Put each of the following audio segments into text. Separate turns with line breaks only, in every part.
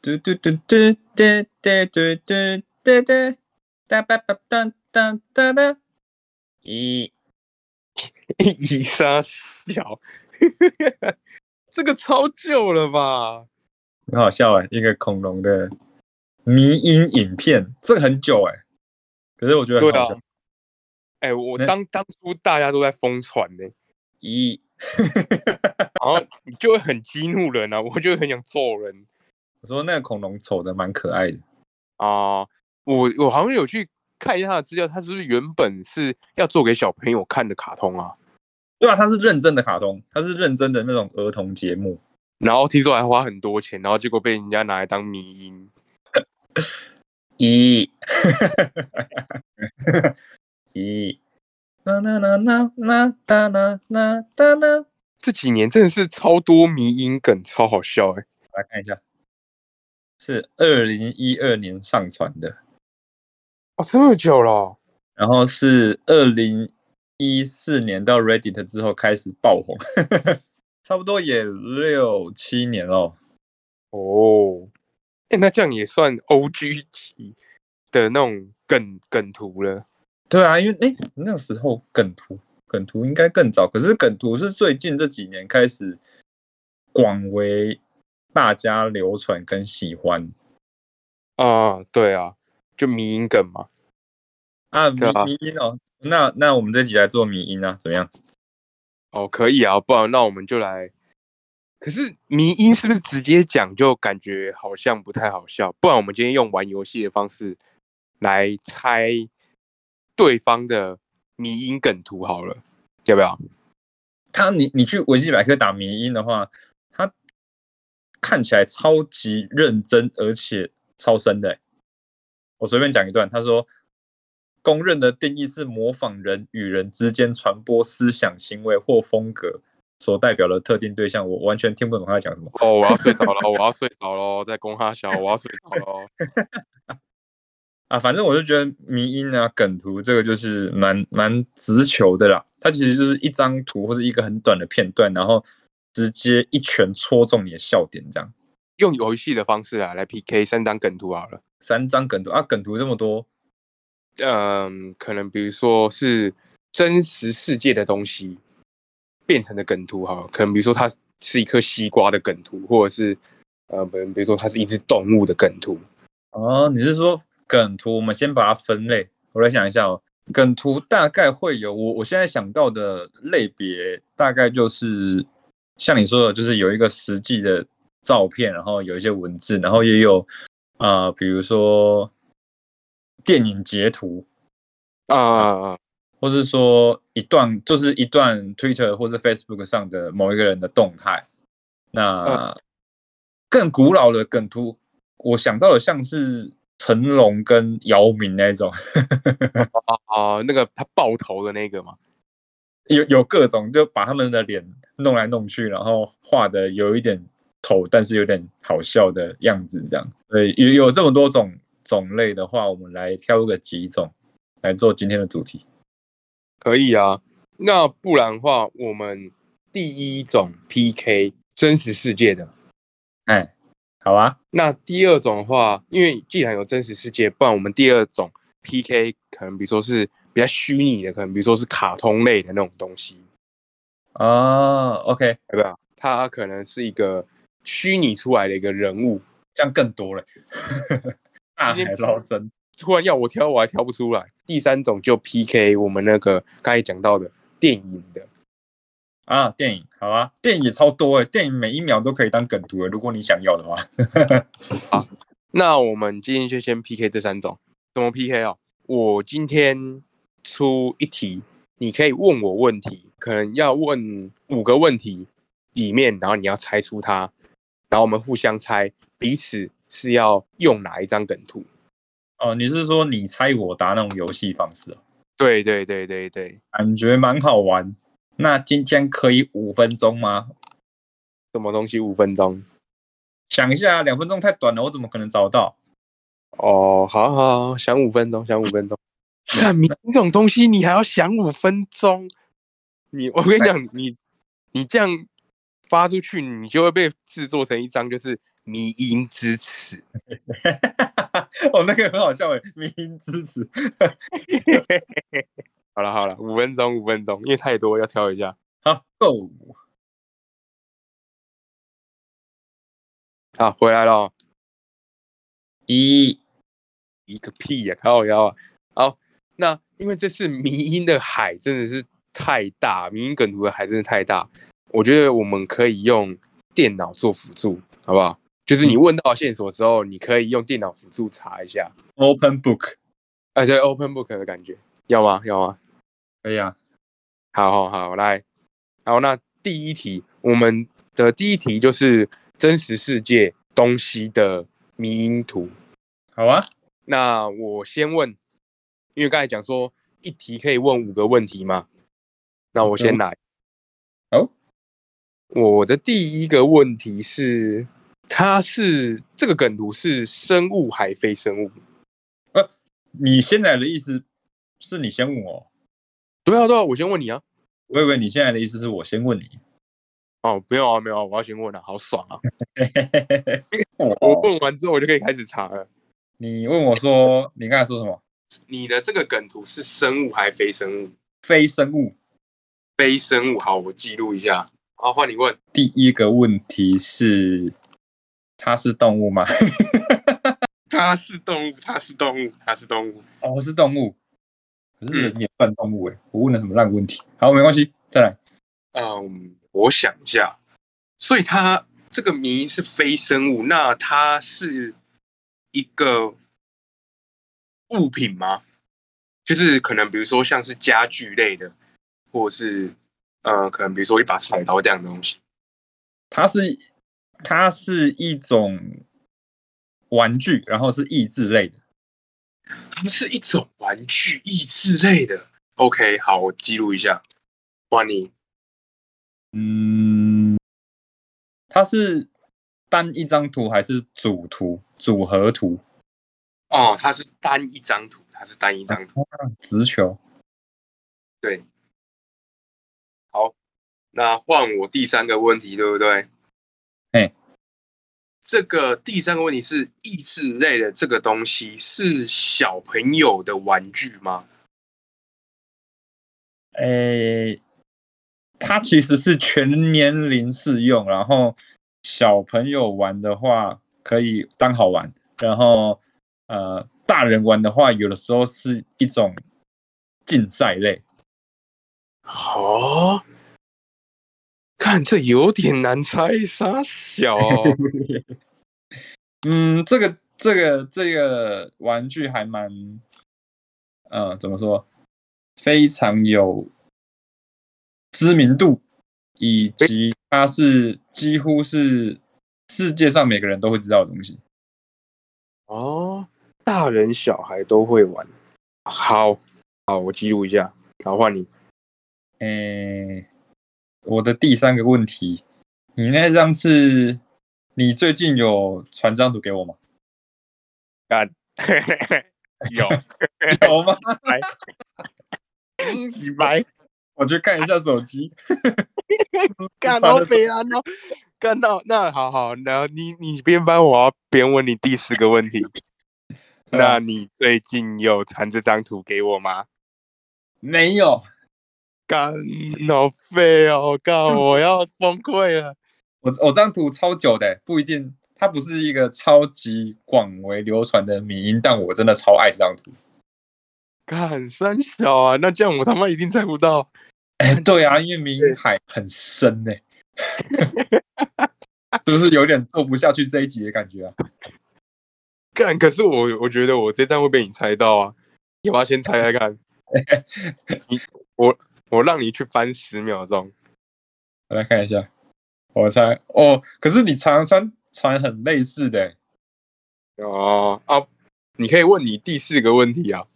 嘟嘟嘟嘟嘟嘟嘟嘟嘟嘟，哒吧吧当当哒哒。咦，
你傻笑， 这个超旧了吧？
很好笑哎、一个恐龙的迷因影片，这个很久哎、可是我觉得很
对啊
好笑。
哎、我
那
当当初大家都在疯传呢、
咦，
然后你就会很激怒人啊，我就会很想揍人
我说那个恐龙丑的蛮可爱的，
啊、我我好像有去看一下他的资料，他是不是原本是要做给小朋友看的卡通啊？
对啊，它是认真的卡通，它是认真的那种儿童节目。
然后听说还花很多钱，然后结果被人家拿来当迷音。
咦， 咦，啦啦啦啦啦哒啦啦哒啦，
这几年真的是超多迷音梗，超好笑哎、
我来看一下，是二零一二年上传的，
哦，这么久了哦、
然后是二零一四年到 Reddit 之后开始爆红， 差不多也六七年哦。
哦，哎、那这样也算 O G 级的那种梗梗图了。
对啊，因为哎、那时候梗图梗图应该更早，可是梗图是最近这几年开始广为大家流传跟喜欢
啊、对啊，就迷音梗嘛。
啊。迷
对啊
迷音哦，那那我们这集来做迷音啊，怎么样？
哦，可以啊，不然那我们就来。可是迷音是不是直接讲就感觉好像不太好笑？不然我们今天用玩游戏的方式来猜对方的迷音梗图好了，要不要？
他你你去维基百科打迷音的话，他看起来超级认真，而且超深的欸。我随便讲一段，他说，公认的定义是模仿人与人之间传播思想、行为或风格所代表的特定对象。我完全听不懂他在讲什么。
哦，我要睡着 了，我要睡着了，在公哈小，我要睡着了。
啊，反正我就觉得迷音啊、梗图这个就是蛮蛮直球的啦。它其实就是一张图或者一个很短的片段，然后直接一拳戳中你的笑点，这样。
用游戏的方式啊，来 PK 三张梗图好了。
三张梗图啊，梗图这么多，
嗯，可能比如说是真实世界的东西变成的梗图哈，可能比如说它是一颗西瓜的梗图，或者是呃，比比如说它是一只动物的梗图。
哦，你是说梗图？我们先把它分类，我来想一下哦。梗图大概会有我我现在想到的类别，大概就是像你说的，就是有一个实际的照片，然后有一些文字，然后也有啊、呃比如说电影截图，
啊、
或是说一段就是一段 Twitter 或是 Facebook 上的某一个人的动态。那更古老的梗图，我想到的像是成龙跟姚明那一种，
啊、那个它爆头的那个嘛，
有有各种就把他们的脸弄来弄去，然后画的有一点丑，但是有点好笑的样子，这样。对，有有这么多种种类的话，我们来挑个几种来做今天的主题。
可以啊。那不然的话，我们第一种 PK 真实世界的，
哎，好啊，
那第二种的话，因为既然有真实世界，不然我们第二种 PK 可能比如说是比较虚拟的，可能比如说是卡通类的那种东西，
哦，OK，
对吧？它可能是一个虚拟出来的一个人物，
这样更多了， 大海捞针。
突然要我挑，我还挑不出来。第三种就 PK 我们那个刚才讲到的电影的，
啊，电影好啊，电影也超多哎，电影每一秒都可以当梗图哎，如果你想要的话。
那我们今天就先 PK 这三种，怎么 PK 哦？我今天出一题，你可以问我问题，可能要问五个问题里面，然后你要猜出它，然后我们互相猜彼此是要用哪一张梗图。
哦，你是说你猜我答那种游戏方式哦？
对对对对对，
感觉蛮好玩。那今天可以五分钟吗？
什么东西五分钟？
想一下，两分钟太短了，我怎么可能找到？
哦，好好好，想五分钟，想五分钟。看你这种东西，你还要想五分钟？你，我 跟你讲，你你这样发出去，你就会被制作成一张就是迷因之词，
哦，那个很好笑诶，迷因之子。
好了好了，五分钟五分钟，因为太多要挑一下。
好，Go，
好，回来了，
一
一个屁呀、靠腰啊！好，那因为这次迷因的海真的是太大，迷因梗图的海真的太大，我觉得我们可以用电脑做辅助，好不好？就是你问到线索之后，你可以用电脑辅助查一下，
Open Book，
而且 open book 的感觉，要吗？要吗？
可以啊。
好好好，来，好，那第一题，我们的第一题就是真实世界东西的迷因图。
好啊，
那我先问，因为刚才讲说一题可以问五个问题嘛，那我先来。
好，
我的第一个问题是，它是这个梗图是生物还非生物？
你现在的意思是你先问我，
对啊对啊，我先问你啊。
我以为你现在的意思是我先问你。
哦，没有啊没有啊，我要先问啊，好爽啊！我
我
问完之后我就可以开始查了。
哦你问我说，你刚才说什么？
你的这个梗图是生物还非生物？
非生物。
非生物，好，我记录一下。好，换你问。
第一个问题是，它是动物吗？
它是动物，它是动物，它是动物。
哦，是动物。可是人也算动物哎、我问了什么烂问题？好，没关系，再来。
嗯，我想一下，所以它这个谜是非生物，那它是一个物品吗？就是可能比如说像是家具类的，或者是呃，可能比如说一把菜刀这样的东西。
它是它是一种玩具，然后是益智类的。
它是一种玩具益智类的。OK，好，我记录一下。哇，你
嗯，它是单一张图还是组图、组合图？
哦，它是单一张图，它是单一张图。
直球。
对，好，那换我第三个问题，对不对？
嘿，
这个第三个问题是益智类的这个东西是小朋友的玩具吗？
诶、它其实是全年龄适用，然后小朋友玩的话可以当好玩，然后呃大人玩的话，有的时候是一种竞赛类。
哦，看这有点难猜，傻小哦、
嗯，这个这个这个玩具还蛮，呃，怎么说，非常有知名度，以及它是几乎是世界上每个人都会知道的东西。
哦，大人小孩都会玩。好，好，我记录一下。好，换你。
诶，我的第三个问题，你那张是，你最近有传张图给我吗？
有，
有吗？
洗白，
我去看一下手机。
干到北安哦，干到那好好，然后你你边翻，我要边问你第四个问 题。那你最近有传这张图给我吗？
没有，
干好废哦， 干我要崩溃了。
我我这张图超久的，不一定，它不是一个超级广为流传的迷因，但我真的超爱这张图。
干三小啊，那这样我他妈一定猜不到。
哎，对啊，因为迷因海很深呢，是不是有点做不下去这一集的感觉啊？
干，可是我我觉得我这站会被你猜到啊！你要不要先猜猜看？你我我让你去翻十秒钟，
我来看一下，我猜哦，可是你常常传很类似的，
哦啊，你可以问你第四个问题啊。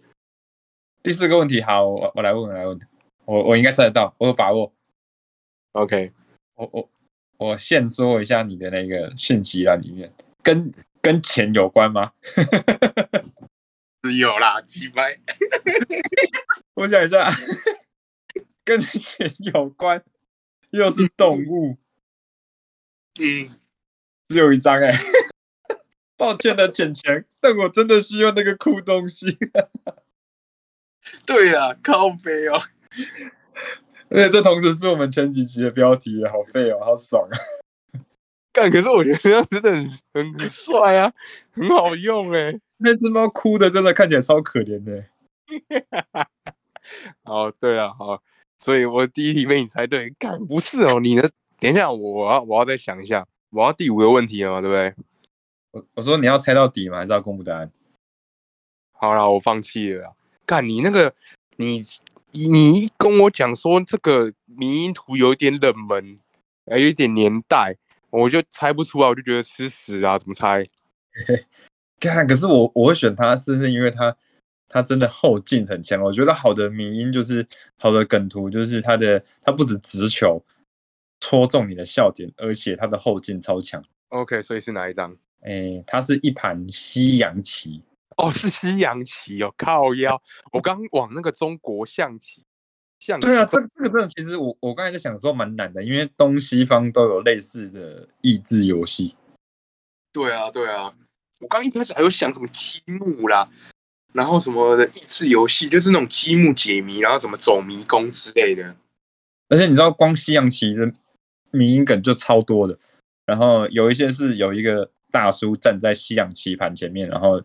第四个问题，好，我我来问，我来问，我我应该猜得到，我有把握。
OK，
我我我现说一下你的那个讯息栏里面，跟跟钱有关吗？
只有啦，几百。
我想一下， 跟钱有关，又是动物，
嗯，
只有一张哎、 抱歉了，浅浅，但我真的需要那个酷东西。
对啊，靠背哦，
而且这同时是我们前几集的标题，好废哦，好爽啊！
干，可是我觉得那真的很 很帅啊，很好用哎、
那只猫哭的真的看起来超可怜的、欸
哦，对啊，好，所以我第一题被你猜对，干不是哦，你的，等一下，我要我要再想一下，我要第五个问题了嘛，对不对？
我我说你要猜到底吗？还是要公布答案？
好啦，我放弃了啦。干你那个，你你一跟我讲说这个迷因图有一点冷门，还有一点年代，我就猜不出来，我就觉得吃屎啊，怎么猜？
看，可是我我会选它，是不是因为它它真的后劲很强？我觉得好的迷音就是好的梗图，就是它的它不止直球戳中你的笑点，而且它的后劲超强。
OK，所以是哪一张？
诶，它是一盘西洋棋，
哦，是西洋棋哦，靠腰，我刚往那个中国象棋，象棋
对啊，这这个真的，其实我我刚才在想的时候蛮难的，因为东西方都有类似的益智游戏。
对啊，对啊，我刚一开始还有想什么积木啦，然后什么的益智游戏，就是那种积木解谜，然后什么走迷宫之类的。
而且你知道，光西洋棋的迷因梗就超多的。然后有一些是有一个大叔站在西洋棋盘前面，然后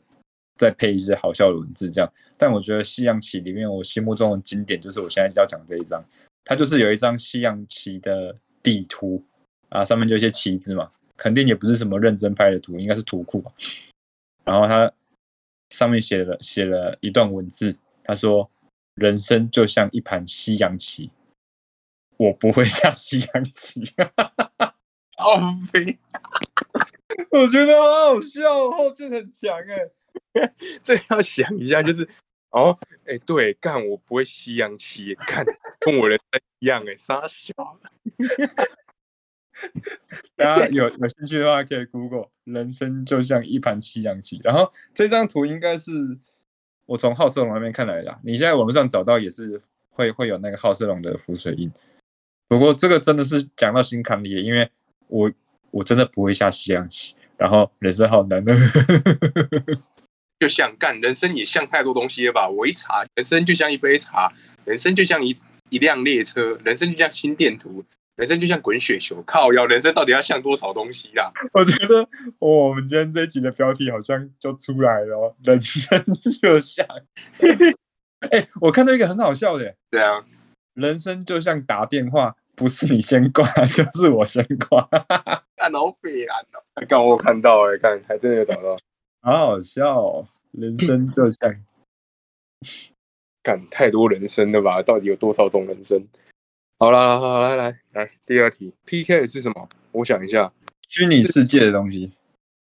再配一些好笑的文字这样。但我觉得西洋棋里面，我心目中的经典就是我现在要讲这一张，它就是有一张西洋棋的地图啊，上面就有一些棋子嘛，肯定也不是什么认真拍的图，应该是图库吧。然后它上面写了写了一段文字，他说：“人生就像一盘西洋棋。”我不会下西洋棋，
哦， 没，
我觉得好好笑哦，后劲很强哎、
这要想一下，就是哦，哎，对，干我不会西洋棋，干跟我人生一样哎，傻笑。
大家有有兴趣的话，可以 Google“ 人生就像一盘西洋棋”。然后这张图应该是我从好色龙那边看来的啊、你现在网络上找到也是会会有那个好色龙的浮水印。不过这个真的是讲到心坎里了，因为我我真的不会下西洋棋，然后人生好 难呢。哦
就像干人生也像太多东西了吧？我一查，人生就像一杯茶，人生就像一一辆列车，人生就像心电图，人生就像滚雪球。靠腰，人生到底要像多少东西啊啦？
我觉得、哦我们今天这一集的标题好像就出来了、哦，人生就像……哎、我看到一个很好笑的，
对啊，
人生就像打电话，不是你先挂，就是我先挂，
干老北蓝哦！刚我有看到哎、欸，看还真的有找到，
好好笑哦。人生就像……
干太多人生了吧？到底有多少种人生？好啦，好啦，来来来，第二题，PK 的是什么？我想一下
虚拟世界的东西。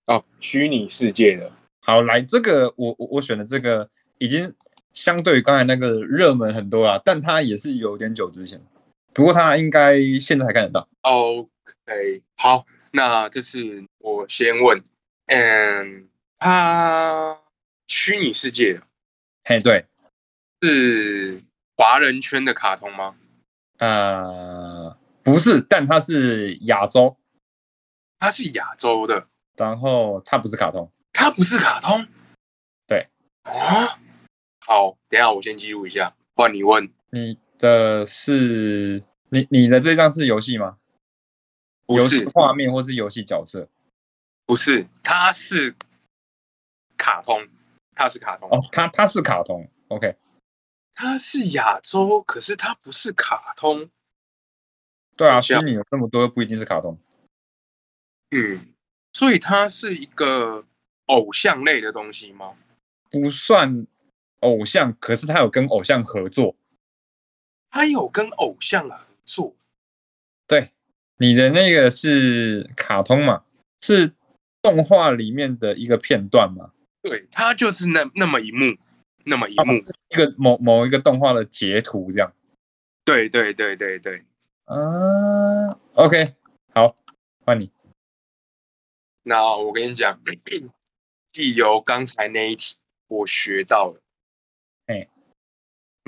哦，虚拟世界的，
好，来这个我我我选的这个已经相对于刚才那个热门很多啦，但它也是有点久之前，不过它应该现在还看得到。
OK，好，那这次我先问，嗯，它虚拟世界
嘿，对，
是华人圈的卡通吗？
呃，不是，但它是亚洲，
它是亚洲的，
然后它不是卡通。
它不是卡通。
对
啊，好，等一下我先记录一下，换你问。
你的是你你的这张是游戏吗？
不
游戏
是，
画面或是游戏角色？
不是，它是卡通，它是卡通，
哦，它它是卡通。OK，
它是亚洲，可是它不是卡通。
对啊，
等一
虚
下
拟有这么多，不一定是卡通。
嗯，所以它是一个偶像类的东西吗？
不算偶像，可是他有跟偶像合作。
它有跟偶像合作，
对，你的那个是卡通嘛？是动画里面的一个片段嘛？
对，它就是那那么一幕，那么一幕。
一个某某一个动画的截图这样
对对对对对，
啊？OK，好，换你。
那我跟你讲， 既由刚才那一题，我学到了。
哎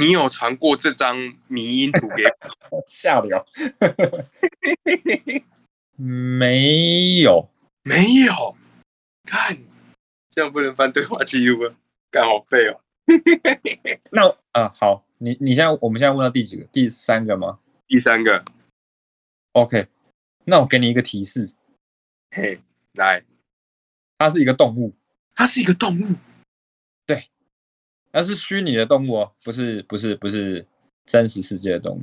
你有传过这张迷因图给 我？
下 流。没有，
没有？看，这样不能翻对话记录啊，干好废哦。
那啊、好，你你现在我们现在问到第几个？第三个吗
第三个，
？OK，那我给你一个提示，
嘿，来，
它是一个动物，
它是一个动物，
它是虚拟的动物哦，不是不是不是真实世界的动物。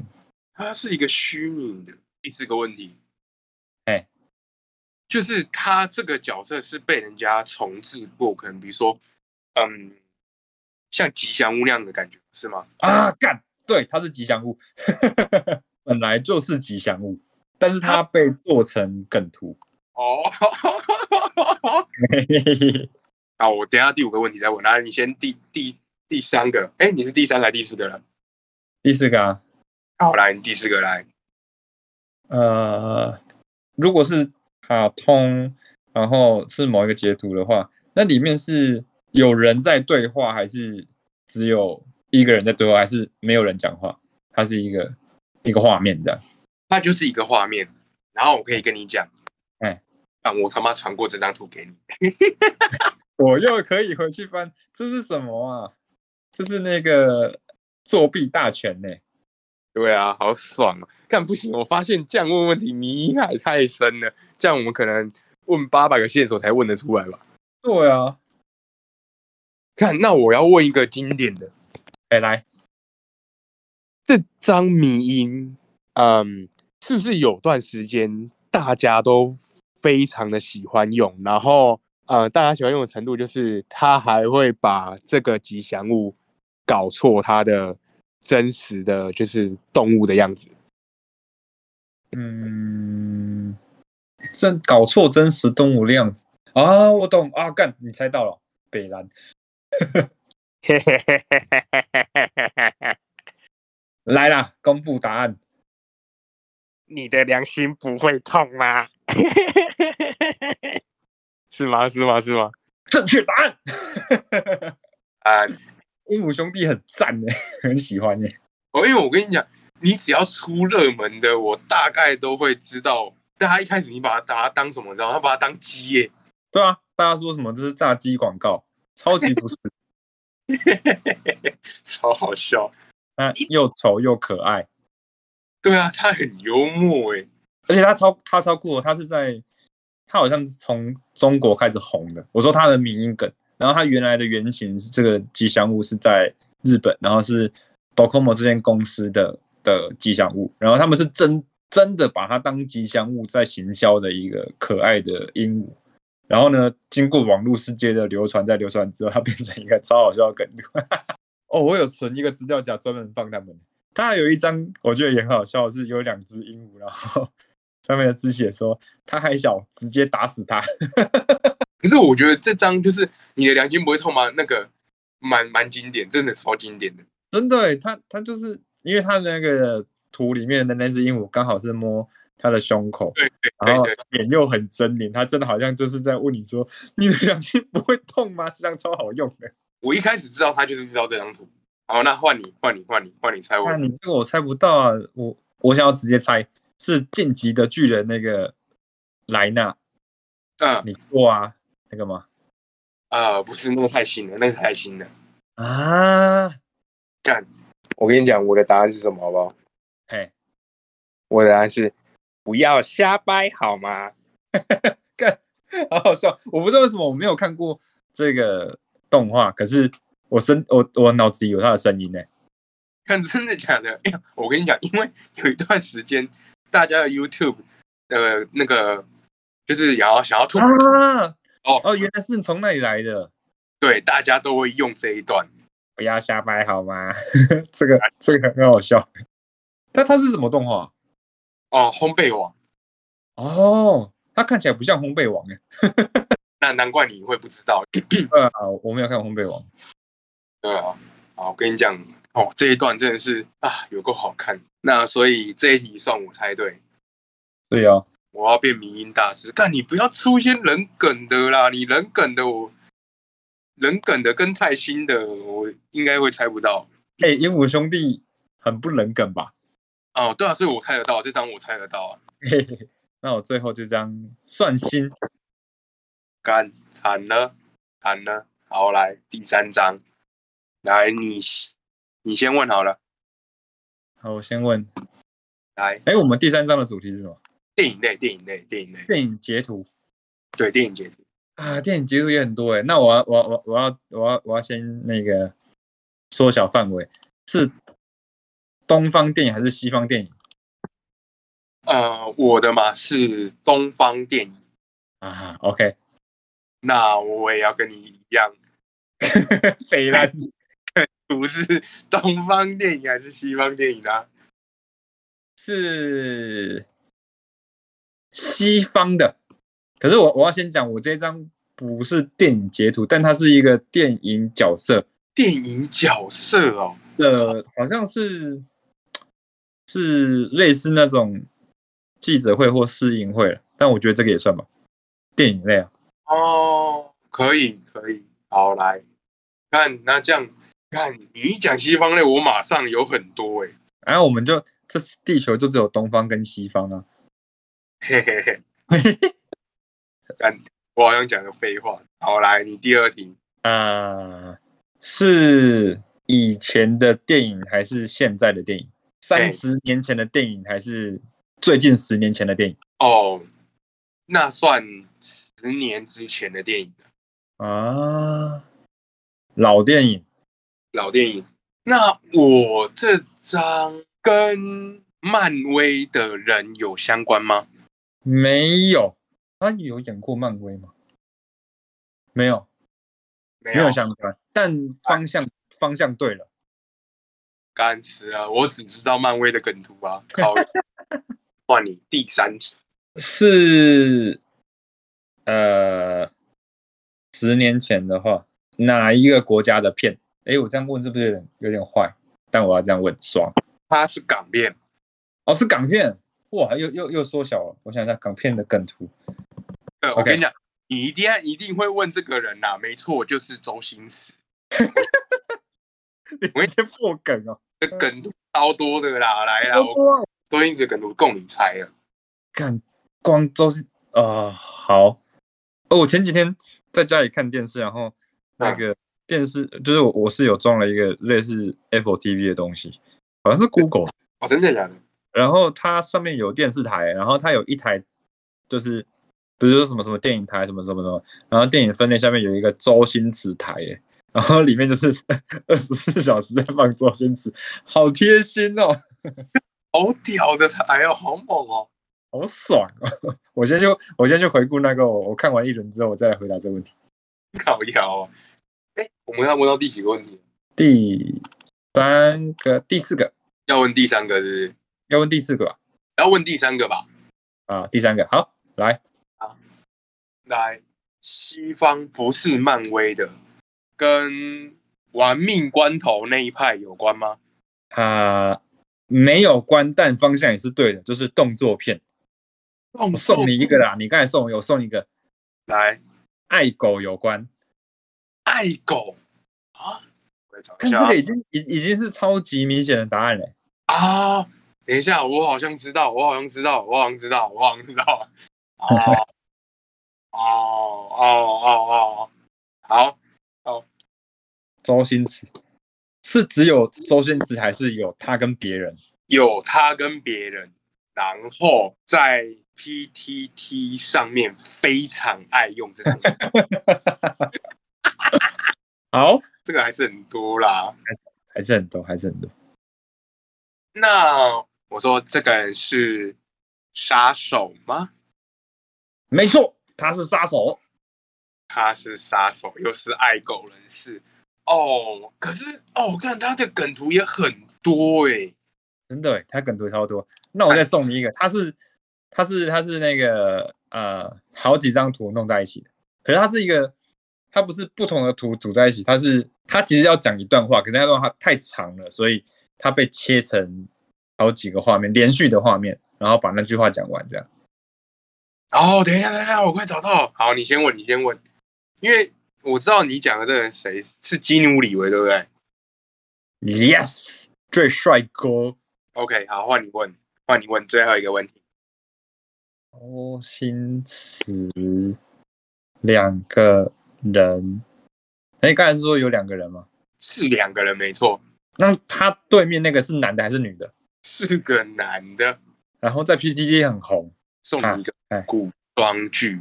它是一个虚拟的。哎第四个问题，
嘿，
就是他这个角色是被人家重置过，可能比如说，嗯，像吉祥物那样的感觉，是吗？
啊，干，对，它是吉祥物， 本来就是吉祥物，但是它被做成梗 图。
哦， 好，我等一下第五个问题再问，来，你先第第第三个，哎，你是第三个还是第四个了？
第四个啊，
好，来，你第四个来，
呃，如果是卡通，然后是某一个截图的话，那里面是有人在对话，还是只有一个人在对话，还是没有人讲话？它是一个一个画面这样。
它就是一个画面，然后我可以跟你讲，
哎
啊，我他妈传过这张图给你，
我又可以回去翻，这是什么啊？这是那个作弊大全呢、
对啊，好爽啊！但不行，我发现这样问问题迷海太深了，这样我们可能问八百个线索才问得出来吧。
对啊，
看，那我要问一个经典的，
哎、来，
这张迷音，嗯，是不是有段时间大家都非常的喜欢用？然后，呃，大家喜欢用的程度就是，他还会把这个吉祥物搞错它的真实的就是动物的样子。
嗯，真搞错真实动物的样子啊！我懂啊，干，你猜到了，北兰
嘿嘿嘿嘿嘿嘿嘿嘿嘿嘿嘿。
来啦，公布答案，
你的良心不会痛吗？ 是吗？是吗？是吗？
正确答案。
啊、
鹦鹉兄弟很赞呢， 很喜欢欸呢。
哦，因为我跟你讲，你只要出热门的，我大概都会知道。大家一开始你把它把它当什么？你知道吗？他把它当鸡耶、
对啊，大家说什么这是炸鸡广告，超级 不是，
超好笑。
那又丑又可爱，
对啊，他很幽默哎、
而且他超他超酷哦，他是在他好像是从中国开始红的。我说他的民音梗，然后他原来的原型是这个吉祥物是在日本，然后是 Docomo 这间公司的的吉祥物，然后他们是真真的把它当吉祥物在行销的一个可爱的鹦鹉。然后呢，经过网络世界的流传，在流传之后，它变成一个超好笑的梗图。 哦，我有存一个资料夹专门放他们。它还有一张我觉得也很好笑，是有两只鹦鹉，然后上面的字写说它还小，直接打死它。
可是我觉得这张就是你的良心不会痛吗？那个蛮蛮经典，真的超经典的。
真的耶，它它就是因为它那个图里面的那只鹦鹉刚好是摸它的胸口，
对对对
然后
对，
脸又很狰狞，它真的好像就是在问你说你的良心 不会痛吗？这张超好用的。
我一开始知道他就是知道这张图。好，那换你，换你，换你，换你猜我
那。你这个我猜不到啊，我我想要直接猜是《晋级的巨人》那个莱纳，
嗯，
你过啊那个吗？
啊，不是，那个太新了，那个太新了。
啊，
我跟你讲，我的答案是什么，好不好？
嘿，
我的答案是不要瞎掰，好吗？
好好笑！我不知道为什么我没有看过这个动画，可是我声我我脑子里有他的声音呢。
看真的假的？哎呀，我跟你讲，因为有一段时间，大家的 YouTube，呃，那个就是想要想要吐槽，
啊，
哦
哦，原来是你从那里来的，
对，大家都会用这一段。
不要瞎掰好吗？ 这个这个很好笑。但它是什么动画？啊
哦，烘焙网，
哦，它看起来不像烘焙王哎。
那难怪你会不知道，
呃，我没有看烘焙王。
对啊。好，我跟你讲，哦，这一段真的是啊，有够好看。那所以这一题算我猜对，
对哦，
我要变迷音大师。但你不要出一些人梗的啦，你人梗的我，人梗的跟太新的，我应该会猜不到。
哎，鹦鹉兄弟很不冷梗吧？
哦，对啊，所以我猜得到，这张我猜得到啊。
嘿嘿那我最后就这样算心
干惨了，谈呢、好，来第三章，来你你先问好了，
好，我先问，
来
哎，我们第三章的主题是什么？
电影类，电影类，电影类，
电影截图
对，电影截图。
啊，电影截图也很多哎。那我要我要我要我要我要先那个缩小范围，是东方电影还是西方电影
呃，我的嘛是东方电影，
啊？OK，
那我也要跟你一样，
肥啦，
不是东方电影还是西方电影啊？
是西方的，可是我我要先讲，我这一张不是电影截图，但它是一个电影角色
电影角色哦，
呃，好像是是类似那种记者会或试映会了，但我觉得这个也算吧，电影类啊，
哦，可以可以，好来，看那这样，看你一讲西方类，我马上有很多哎、
然后我们就这地球就只有东方跟西方啊，
嘿嘿嘿，看我好像讲个废话。好来，你第二题，
啊、是以前的电影还是现在的电影？
哎
三十年前的电影还是最近十年前的电影
哦，那算十年之前的电影了
啊？老电影
老电影。那我这张跟漫威的人有相关吗？
没有，他有演过漫威吗？没有，
没
没有相关，但方向方向对了。
干死了！我只知道漫威的梗图啊。好， 换你第三题。
是呃，十年前的话，哪一个国家的片？诶，我这样问是不是有点有点坏？但我要这样问，爽。
它是港片，
哦，是港片，哇，又又又缩小了。我想一下，港片的梗图
对我
OK
跟你讲，你一定要一定会问这个人呐、没错，就是周星驰，
直接破梗哦，
这梗图超多的啦。来啦，我
哇，
周星驰的梗图够你猜了。
看光周星啊、好。哦，我前几天在家里看电视，然后那
嗯
个电视、就是我我是有装了一个类似 Apple TV 的东西，好像是 Google，
哦，真的假的？
然后它上面有电视台，然后它有一台就是比如说什么什么电影台什么什么什么，然后电影分类下面有一个周星驰台耶，然后里面就是 二十四小时在放周星驰，好贴心哦，
好屌的，哎呦，好猛哦！
好爽哦！我先去我先去回顾那个我我看完一轮之后，我再来回答这个问题。
搞腰哦。哎，我们要问到第几个问题？
第三个第四个
要问第三个是不是？
要问第四个吧？
要问第三个吧。
啊，第三个好来
来，西方不是漫威的，跟玩命关头那一派有关吗？
啊，没有关，但方向也是对的，就是动作片。
动
我
作
送你一个啦，你刚才送我有送一个
来，
爱狗有关，
爱狗啊！我来找一
看
下
这
啊
个已经已已经是超级明显的答案嘞、
啊！等一下，我好像知道，我好像知道，我好像知道，我好像知道。哦哦哦哦哦，好，
周星驰是只有周星驰，还是有他跟别人？
有他跟别人，然后在 PTT 上面非常爱用这个，
好，
这个还是很多啦。
还是很多，还是很多。
那我说这个人是杀手吗？
没错，他是杀手。
他是杀手，又是爱狗人士。哦，可是哦，我看他的梗图也很多欸诶、
真的欸耶，他梗图超多。那我再送你一个，他是他是他是那个呃，好几张图弄在一起的。可是它是一个，它不是不同的图组在一起，它是它其实要讲一段话，可是那段话太长了，所以它被切成好几个画面，连续的画面，然后把那句话讲完这样。
哦，等一下，等一下，我快找到。好，你先问，你先问，因为我知道你讲的这个人谁是基努里维，对不对
Yes，最帅哥
？OK，好，换你问，换你问最后一个问题。
哦周星驰，两个人哎，刚才是说有两个人吗？
是两个人没错，
那他对面那个是男的还是女的？
是个男的。
然后在 PTT 很红，
送你一个
啊哎
古装剧，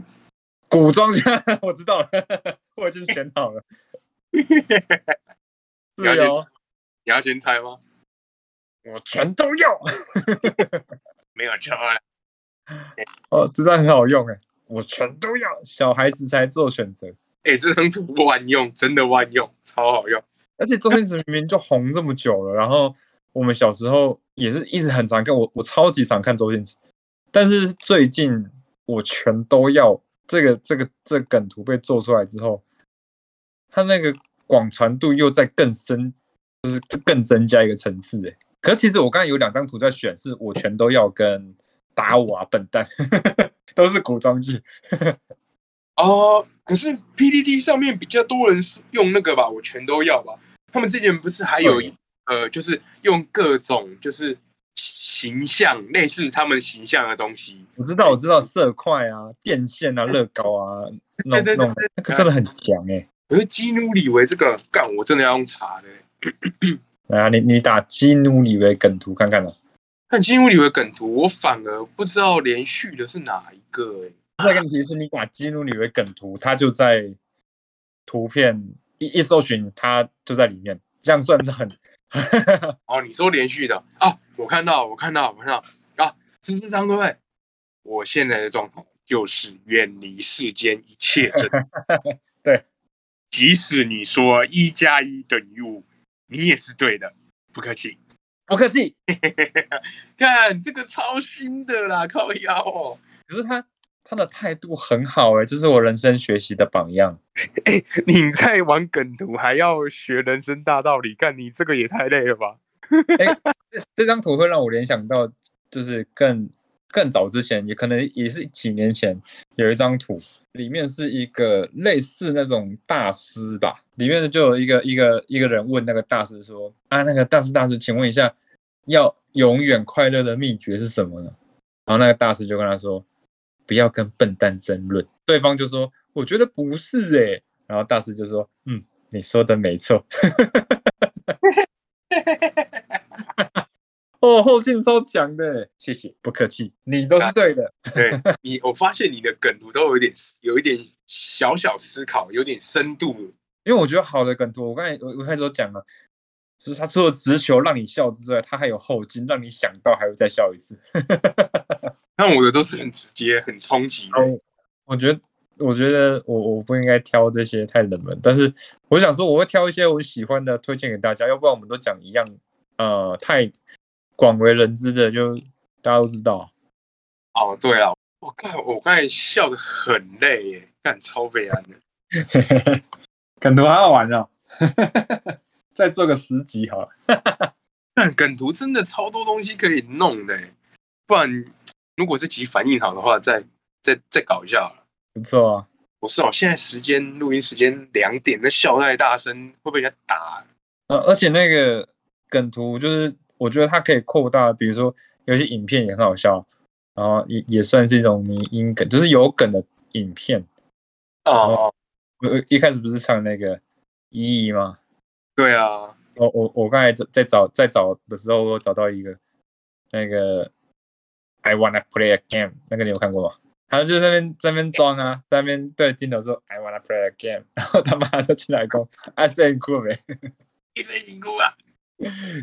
古装 剧，我知道了，我已经选好 了。是
了解
哦，
你要先猜吗？
我全都要。
没有错啊，
哦，这张很好用哎，我全都要。小孩子才做选择，
哎、这张图万用，真的万用，超好用。
而且周星驰明明就红这么久了，然后我们小时候也是一直很常看，我我超级常看周星驰，但是最近我全都要这个这个这个梗图被做出来之后，他那个广传度又在更深，就是更增加一个层次哎。可是其实我刚才有两张图在选，是我全都要跟打我啊笨蛋， 都是古装剧。
哦，可是 PDD 上面比较多人是用那个吧，我全都要吧。他们之前不是还有
对
呃，就是用各种就是形象类似他们形象的东西，
我知道，我知道，色块啊、电线啊、乐高啊，那种
对对
那种
对，
那个真的很强哎、
可是基努里维这个干，我真的要用查的欸。
来啊，你你打基努里维梗图看看啊，
但基努里维梗图，我反而不知道连续的是哪一个哎、
这个问题是你打基努里维梗图，它就在图片一一搜寻，它就在里面，这样算是很
哦，你说连续的啊？我看到，我看到，我看到啊，是这张对不对？我现在的状态就是远离世间一切真。
对，
即使你说一加一等于五，你也是对的，不客气。
不客气。
看这个超新的啦，靠腰哦。
可是他他的态度很好哎、这是我人生学习的榜样。
你在玩梗图还要学人生大道理，干你这个也太累了吧？
这这张图会让我联想到，就是更更早之前，也可能也是几年前，有一张图，里面是一个类似那种大师吧，里面就有一个一个一个人问那个大师说：“啊，那个大师大师，请问一下，要永远快乐的秘诀是什么呢？”然后那个大师就跟他说：“不要跟笨蛋争论。”对方就说：“我觉得不是诶、然后大师就说：“嗯，你说的没错。”哦，后劲超强的，欸谢谢，不客气，你都是对的。
对你，我发现你的梗图都有一点有一点小小思考，有点深度。
因为我觉得好的梗图，我刚才我我开始有讲了，就是他除了直球让你笑之外，他还有后劲，让你想到还会再笑一次。
那我的都是很直接、很冲击
哦
的。
我觉得，我觉得我我不应该挑这些太冷门，但是我想说，我会挑一些我喜欢的推荐给大家，要不然我们都讲一样，呃，太广为人知的就大家都知道。
哦，对了，我看我刚才笑得很累耶，干超悲哀的。
梗图好好玩哦， 再做个十集好了。
但梗图真的超多东西可以弄的耶，不然如果这集反应好的话，再再再搞一下好了。
不错啊，
我是哦，现在时间录音时间两点，那笑太大声会被人家打。
呃，而且那个梗图就是，我觉得它可以扩大，比如说有些影片也很好笑，然后也也算是一种迷因梗，就是有梗的影片。
哦，
我我一开始不是唱那个一一吗？
对啊，
我我我刚才在在找在找的时候，我找到一个那个 I wanna play a game，那个你有看过吗？他就在那边在那边装啊，在那边对镜头说 I wanna play a game，然后他妈就进来攻 I say cool 呗。
一直辛苦啊。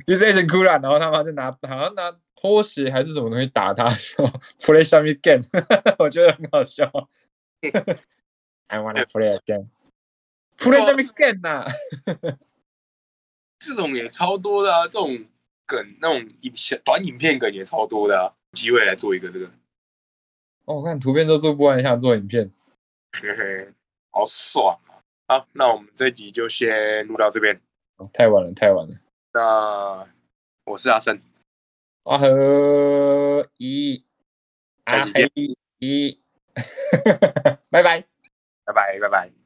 一直 a 哭了，然后他妈就拿好像拿拖鞋还是什么东西打他，说 play some game，我 觉得很好笑。I wanna play again，play some game 呐、
这种也超多的啊，这种梗那种影小短影片梗也超多的啊，有机会来做一个这个，
哦，我看图片都做不完，想做影片。
嘿嘿， 好爽啊！好，那我们这集就先录到这边。
哦太晚了，太晚了。
那我是阿生，
阿和啊一，阿
下期见
黑一，拜拜。
拜拜，拜拜。